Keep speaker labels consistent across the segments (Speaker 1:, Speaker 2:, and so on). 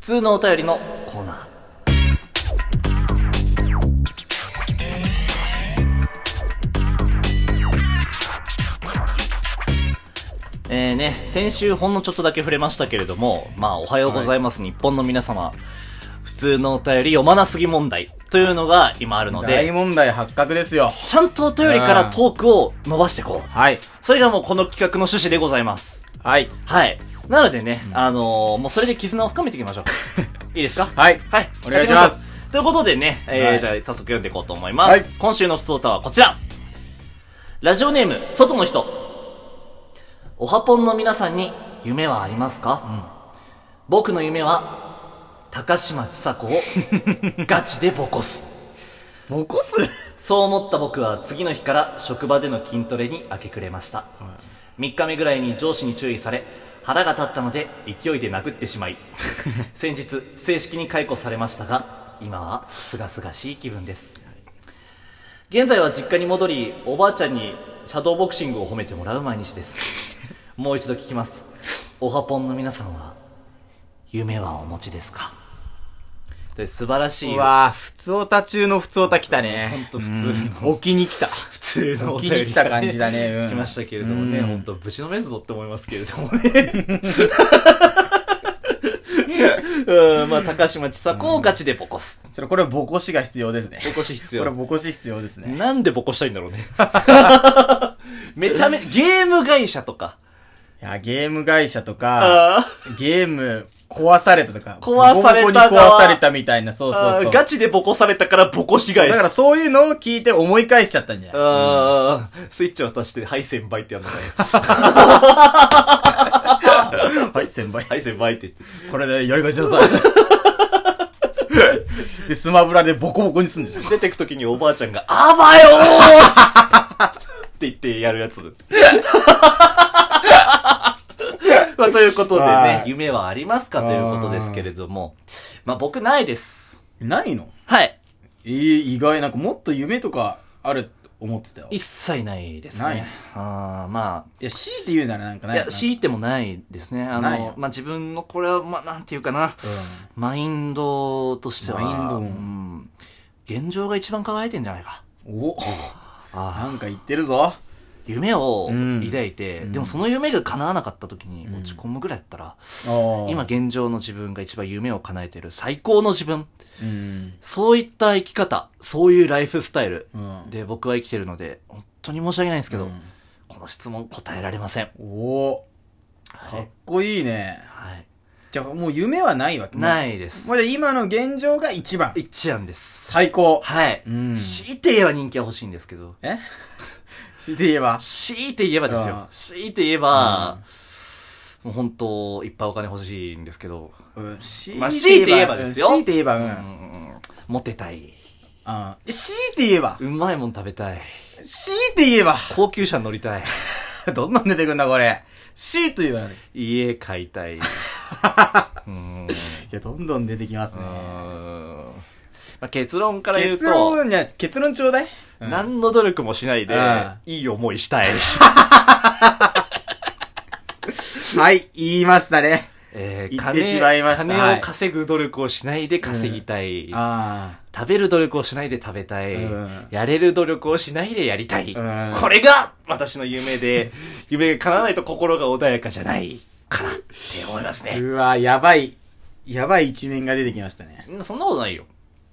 Speaker 1: 通のお便りのコーナーえーね、先週ほんのちょっとだけ触れましたけれども、まあ、おはようございます、日本の皆様。普通のお便り読まなすぎ問題というのが今あるの
Speaker 2: 大
Speaker 1: で、
Speaker 2: 問題発覚ですよ。
Speaker 1: ちゃんとお便りからトークを伸ばしていこう。
Speaker 2: はい。
Speaker 1: それがもうこの企画の趣旨でございます。
Speaker 2: はい。
Speaker 1: はい。なのでね、あのーもうそれで絆を深めていきましょ う。いいですか
Speaker 2: はい
Speaker 1: はい。
Speaker 2: お願い
Speaker 1: やっていき
Speaker 2: します
Speaker 1: ましょう。ということでね、えー
Speaker 2: はい
Speaker 1: じゃあ早速読んでいこうと思います。
Speaker 2: はい
Speaker 1: 今週の普通歌はこちら。ラジオネーム、外の人。おはぽんの皆さんに夢はありますか、僕の夢は、高島ちさ子をガチでボコす。
Speaker 2: ボコす
Speaker 1: そう思った僕は次の日から職場での筋トレに明け暮れました、3日目ぐらいに上司に注意され腹が立ったので勢いで殴ってし まい先日正式に解雇されましたが今はすがすがしい気分です現在は実家に戻りおばあちゃんにシャドーボクシングを褒めてもらう毎日です もう一度聞きますおはぽんの皆さんは夢はお持ちですかという素晴らし
Speaker 2: う
Speaker 1: い
Speaker 2: わぁ、普通オタ中の普通オタ来たね。
Speaker 1: ほんと普通の
Speaker 2: 置きに来た。
Speaker 1: 普通のお便
Speaker 2: 聞きに
Speaker 1: り
Speaker 2: 来た感じだねうん
Speaker 1: 来ましたけれどもね、
Speaker 2: うん
Speaker 1: 本当ぶちのめすぞって思いますけれどもね。うん、まあ、高島ちさ子をガチでボコす。
Speaker 2: ちょっとこれボコしが必要ですね。
Speaker 1: ボコし必
Speaker 2: これ
Speaker 1: 要。
Speaker 2: ボコし必要ですね。
Speaker 1: なんでボコしたいんだろうね。 めちゃめ、ゲーム会社とか。
Speaker 2: いや、ゲーム会社とか、
Speaker 1: あー
Speaker 2: ゲーム壊されたとか、
Speaker 1: 壊された側
Speaker 2: ボコボコに壊されたみたいな、そうそ
Speaker 1: あ
Speaker 2: うそ
Speaker 1: ー
Speaker 2: う。
Speaker 1: ガチでボコされたからボコし返
Speaker 2: だ
Speaker 1: す
Speaker 2: か。らそういうのを聞いて思い返しちゃったんじゃない
Speaker 1: あースイッチ渡して、はい、先輩ってやるの かよ。
Speaker 2: はい、先輩。
Speaker 1: はい、先輩って言って。
Speaker 2: これでやり返しな さい。で、スマブラでボコボコにすんでしょ。
Speaker 1: 出てくときにおばあちゃんが、あばよーって言ってやるやつ。 まあ、ということでね
Speaker 2: は、い
Speaker 1: 夢はありますかということですけれども、まあ僕ないです。
Speaker 2: ないの
Speaker 1: はい。
Speaker 2: えー、意外、なんかもっと夢とかあると思ってたよ。い
Speaker 1: 一切ないですね。
Speaker 2: ない
Speaker 1: あーま
Speaker 2: や、強いて言うならなんか
Speaker 1: あ、
Speaker 2: ないい
Speaker 1: や、強いてもないですね。あ
Speaker 2: ないよ
Speaker 1: の、まあ自分のこれは、まあなんていうかな、マインドとしては、
Speaker 2: マインド
Speaker 1: うん現状が一番輝いてんじゃないか。
Speaker 2: うん。お
Speaker 1: あー
Speaker 2: なんか言ってるぞ。
Speaker 1: 夢を
Speaker 2: うん
Speaker 1: 抱いて、
Speaker 2: うん
Speaker 1: でもその夢が叶わなかった時に落ち込むぐらいだったら、今
Speaker 2: 今、
Speaker 1: 現状の自分が一番夢を叶えてる最高の自分、
Speaker 2: うん。
Speaker 1: そういった生き方、そういうライフスタイル
Speaker 2: うん。
Speaker 1: で僕は生きてるので、本当に申し訳ないんですけど、
Speaker 2: うん
Speaker 1: この質問答えられません。
Speaker 2: おー
Speaker 1: は
Speaker 2: かっ
Speaker 1: い。
Speaker 2: こいいね。
Speaker 1: はい、
Speaker 2: じゃあもう夢はないわけい。
Speaker 1: ないです
Speaker 2: も。うじゃあ今の現状が一番。
Speaker 1: 一案です。
Speaker 2: 最高。
Speaker 1: はい。
Speaker 2: うん
Speaker 1: 強いて言えば人気は欲しいんですけど、
Speaker 2: え強いて言えば。
Speaker 1: 強いて言えばですよ
Speaker 2: あ。
Speaker 1: 強いて言えば、もう本当、いっぱいお金欲しいんですけど、
Speaker 2: うん。強
Speaker 1: まあ強いて言えばですよ
Speaker 2: うん強いて言えば、うん。
Speaker 1: うんうんモテたい。
Speaker 2: あー強いて言えば。
Speaker 1: うまいもん食べたい。
Speaker 2: 強いて言えば。
Speaker 1: 高級車乗りたい。
Speaker 2: どんどん出てくんだ、これ。強いて言えばね。
Speaker 1: 家買いた い。うーん。う
Speaker 2: いや、どんどん出てきます
Speaker 1: ー
Speaker 2: ね。
Speaker 1: んまあ、結論から言う
Speaker 2: 結
Speaker 1: と、
Speaker 2: 論、じゃあ結論ちょうだい。うん
Speaker 1: 何の努力もしないで
Speaker 2: うん、
Speaker 1: いい思い したい。
Speaker 2: はい、言いましたね。
Speaker 1: え
Speaker 2: 言ってしまいました
Speaker 1: 金
Speaker 2: は
Speaker 1: を
Speaker 2: い
Speaker 1: 稼ぐ努力をしないで稼ぎたい。
Speaker 2: あ
Speaker 1: 食べる努力をしないで食べたい、
Speaker 2: うん
Speaker 1: やれる努力をしないでやりたい、
Speaker 2: うん
Speaker 1: これが私の夢で 夢が叶わないと心が穏やかじゃないかなって思います
Speaker 2: あ。
Speaker 1: ね、
Speaker 2: うわ、やばい。やばい一面が出てきましたね。
Speaker 1: そんなことないよ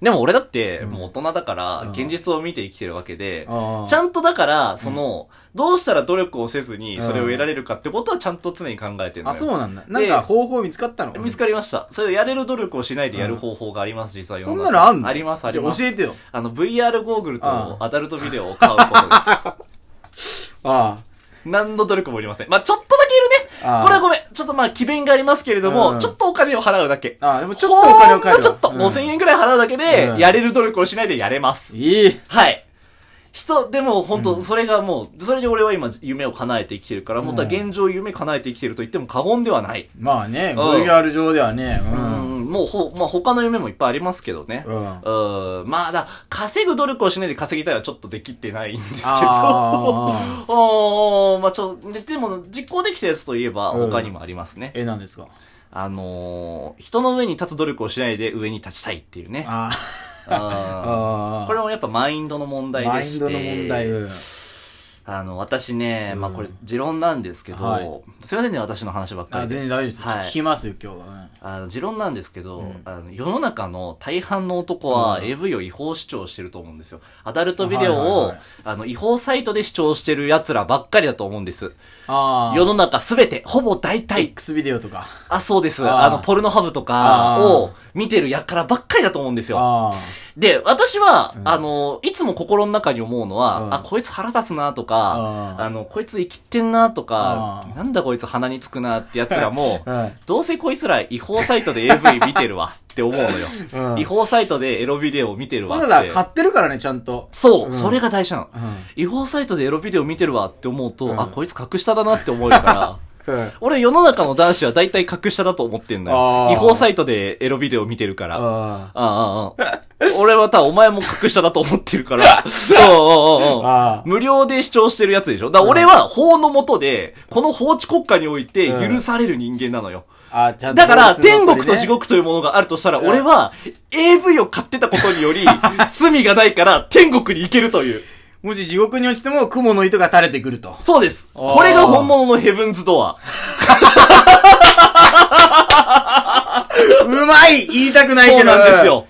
Speaker 1: でも俺だって
Speaker 2: ん
Speaker 1: もう大人だから
Speaker 2: うん
Speaker 1: 現実を見て生きてるわけで、
Speaker 2: あ
Speaker 1: ちゃ
Speaker 2: ん
Speaker 1: んとだから、その、どうしたら努力をせずに
Speaker 2: うん
Speaker 1: それを得られるかってことはちゃんと常に考えてるのよ。
Speaker 2: あ、そうなんだ。
Speaker 1: で
Speaker 2: なんか方法見つかったの
Speaker 1: 見つかりました。それをやれる努力をしないでやる方法があります、実は世
Speaker 2: そ
Speaker 1: の
Speaker 2: ん
Speaker 1: 中
Speaker 2: なのあんの
Speaker 1: あります、あり
Speaker 2: じゃ
Speaker 1: ま
Speaker 2: あ
Speaker 1: す
Speaker 2: 教。えてよ。
Speaker 1: あの、VR ゴーグル
Speaker 2: あ
Speaker 1: とアダルトビデオを買うことで す。
Speaker 2: あ
Speaker 1: 何の努力もいりません。まあちょっとだけいるね。
Speaker 2: ああ
Speaker 1: これはごめん。ちょっとまあ奇弁がありますけれども、
Speaker 2: うん
Speaker 1: ちょっとお金を払うだけ。
Speaker 2: あ。ああ、でもちょっとお金を返
Speaker 1: ほん
Speaker 2: る
Speaker 1: のちょっと、
Speaker 2: うん
Speaker 1: 5000円くらい払うだけで
Speaker 2: う、ん
Speaker 1: やれる努力をしないでやれます。
Speaker 2: いい。
Speaker 1: はい。人、でも本当それがもう、それで俺は今夢を叶えて生きてるから、本当は現状夢叶えて生きてると言っても過言ではない。
Speaker 2: まあね、
Speaker 1: うん
Speaker 2: VR 上ではね。う。
Speaker 1: うんん、もうほ、まあ他の夢もいっぱいあり ますけどね。
Speaker 2: うん。
Speaker 1: うん、まあだ、稼ぐ努力をしないで稼ぎたいはちょっとできてないんですけ ど。
Speaker 2: あー
Speaker 1: おー、まあちょ、ででも、実行できたやつといえば、
Speaker 2: うん
Speaker 1: 他にもありますね。
Speaker 2: え、なんですか
Speaker 1: あのー人の上に立つ努力をしないで上に立ちたいっていうね。
Speaker 2: あ
Speaker 1: あー
Speaker 2: あー
Speaker 1: これもやっぱマインドの問
Speaker 2: あ。
Speaker 1: 題
Speaker 2: マ
Speaker 1: で
Speaker 2: イ
Speaker 1: し
Speaker 2: ン
Speaker 1: て。
Speaker 2: ドの問題。うん
Speaker 1: あの、私ね、まあ
Speaker 2: うん
Speaker 1: これ、持論なんですけど、
Speaker 2: はい
Speaker 1: すいませんね、私の話ばっか
Speaker 2: あ、
Speaker 1: り
Speaker 2: 全
Speaker 1: で。
Speaker 2: 然大丈夫です。
Speaker 1: はい
Speaker 2: 聞きますよ、今日はね。
Speaker 1: あの持論なんですけど、
Speaker 2: うん
Speaker 1: あの世の中の大半の男は
Speaker 2: うん
Speaker 1: AV を違法視聴してると思うんですよ。アダルトビデオを、
Speaker 2: はいはいはい
Speaker 1: あの違法サイトで視聴してる奴らばっかりだと思うんです。
Speaker 2: ああ。
Speaker 1: 世の中すべて、ほぼ大体、
Speaker 2: X ビデオとか。
Speaker 1: あ、そうです。
Speaker 2: あー
Speaker 1: あの、ポルノハブとか
Speaker 2: あー
Speaker 1: を見てるやからばっかりだと思うんですよ。
Speaker 2: あ
Speaker 1: で、私は、
Speaker 2: うん
Speaker 1: あの、いつも心の中に思うのは、
Speaker 2: うん
Speaker 1: あ、こいつ腹立つなとか、
Speaker 2: うん
Speaker 1: あの、こいつ生きてんなとか、
Speaker 2: うん、
Speaker 1: なんだこいつ鼻につくなってやつらも
Speaker 2: あ。
Speaker 1: どうせこいつら違法サイトで AV 見てるわって思うのよ。
Speaker 2: うん。
Speaker 1: 違
Speaker 2: うん。
Speaker 1: 法サイトでエロビデオ見てるわ
Speaker 2: ま
Speaker 1: って。
Speaker 2: だ買ってるからね、ちゃんと。
Speaker 1: そう、
Speaker 2: うん
Speaker 1: それが大事なの。
Speaker 2: う
Speaker 1: 違法サイトでエロビデオ見てるわって思うと、
Speaker 2: うん
Speaker 1: あ、こいつ格下だなって思える から、
Speaker 2: ん。うん。
Speaker 1: 俺世の中の男子は大体格下だと思ってんだ
Speaker 2: あ
Speaker 1: よ。
Speaker 2: ー
Speaker 1: 違法サイトでエロビデオ見てるから。あ
Speaker 2: あ
Speaker 1: あ、ああ、俺は多分お前も格下だと思ってるから。ああ、ああ、ああ。
Speaker 2: あ。
Speaker 1: 無料で視聴してるやつでしょだから俺は法の下で、この法治国家において許される人間なのよ。
Speaker 2: あ、ちゃんと
Speaker 1: だから、
Speaker 2: 法律の
Speaker 1: 天
Speaker 2: 通りね
Speaker 1: 国と地。獄というものがあるとしたら、俺は AV を買ってたことに より、罪がないから天国に行けるという。
Speaker 2: もし地獄に落ちても雲の糸が垂れてくると。
Speaker 1: そうです。
Speaker 2: あー
Speaker 1: これが本物のヘブンズドア。
Speaker 2: うまい言いたくない
Speaker 1: そう
Speaker 2: けど。
Speaker 1: なんです。よ。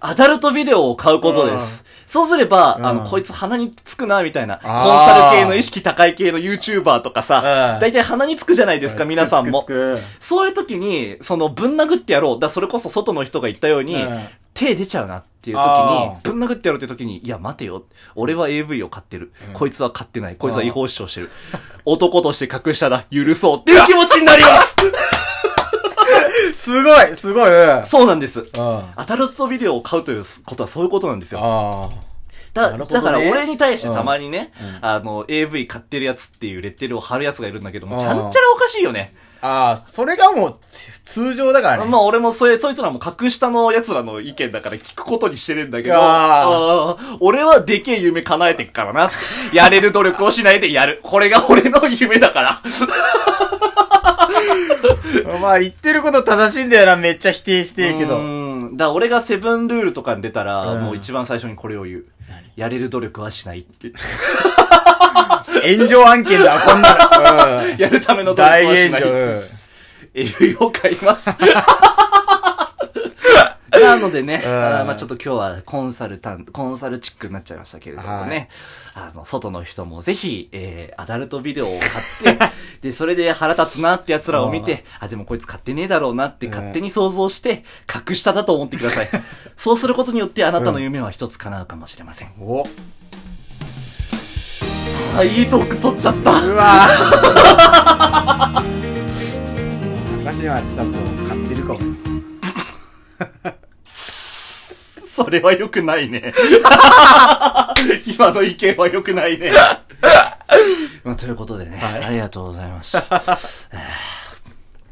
Speaker 1: アダルトビデオを買うことです。そうすれば、
Speaker 2: うん
Speaker 1: あの、こいつ鼻につくな、みたいな。コン
Speaker 2: あー
Speaker 1: サル系の意識高い系の YouTuber とかさ
Speaker 2: う、ん
Speaker 1: 大体鼻につくじゃないですか、皆さんも
Speaker 2: つ。くつくつ
Speaker 1: そういう時に、その、ぶん殴ってやろう。だ、それこそ外の人が言ったように
Speaker 2: うん、
Speaker 1: 手出ちゃうなっていう時
Speaker 2: あ
Speaker 1: に、ぶん殴ってやろうって時に、いや、待てよ。俺は AV を買ってる。こいつは買ってない。こいつは違法主張してる。男として格下だ。許そう。っていう気持ちになります。
Speaker 2: くすごい、すごい。うん。
Speaker 1: そうなんです。
Speaker 2: あ
Speaker 1: アダルトビデオを買うということはそういうことなんですよ。
Speaker 2: あ。
Speaker 1: だ
Speaker 2: なるほど
Speaker 1: だ
Speaker 2: ね
Speaker 1: から俺に対してたまにね、あの、AV 買ってるやつっていうレッテルを貼るやつがいるんだけども、
Speaker 2: うん
Speaker 1: ちゃんちゃらおかしいよね。
Speaker 2: ああ、それがもうつ通常だからね。
Speaker 1: まあ俺もそれ、そいつらも格下のやつらの意見だから聞くことにしてるんだけど、
Speaker 2: いやー
Speaker 1: あー俺はでけえ夢叶えてっからな。 やれる努力をしないでやる。これが俺の夢だから。
Speaker 2: お前言ってること正しいんだよな、めっちゃ否定してるけ
Speaker 1: う
Speaker 2: ど。
Speaker 1: ん。だから俺がセブンルールとかに出たら、
Speaker 2: うん
Speaker 1: もう一番最初にこれを言う。やれる努力はしないって。
Speaker 2: 炎上案件 だ、こんなの。うん
Speaker 1: やるための努力はし
Speaker 2: 大
Speaker 1: ない。
Speaker 2: 炎上。うん
Speaker 1: AV を買います。 なのでね、
Speaker 2: うん
Speaker 1: あーまあちょっと今日はコンサルタント、コンサルチックになっちゃいましたけれどもね、あの、外の人もぜひ、えー、アダルトビデオを買 って、で、それで腹立つなって奴らを見て、あ、でもこいつ買ってねえだろうなって勝手に想像して、格下だと思ってくだ さい。そうすることによってあなたの夢は一つ叶うかもしれません。
Speaker 2: お。
Speaker 1: あ、いいトーク取っちゃった。
Speaker 2: うわぁ。 高島ちさ子買ってるかも。
Speaker 1: それは良くないね。 今の意見は良く ないね。まあ、ということでね、
Speaker 2: はい
Speaker 1: ありがとうございました。えー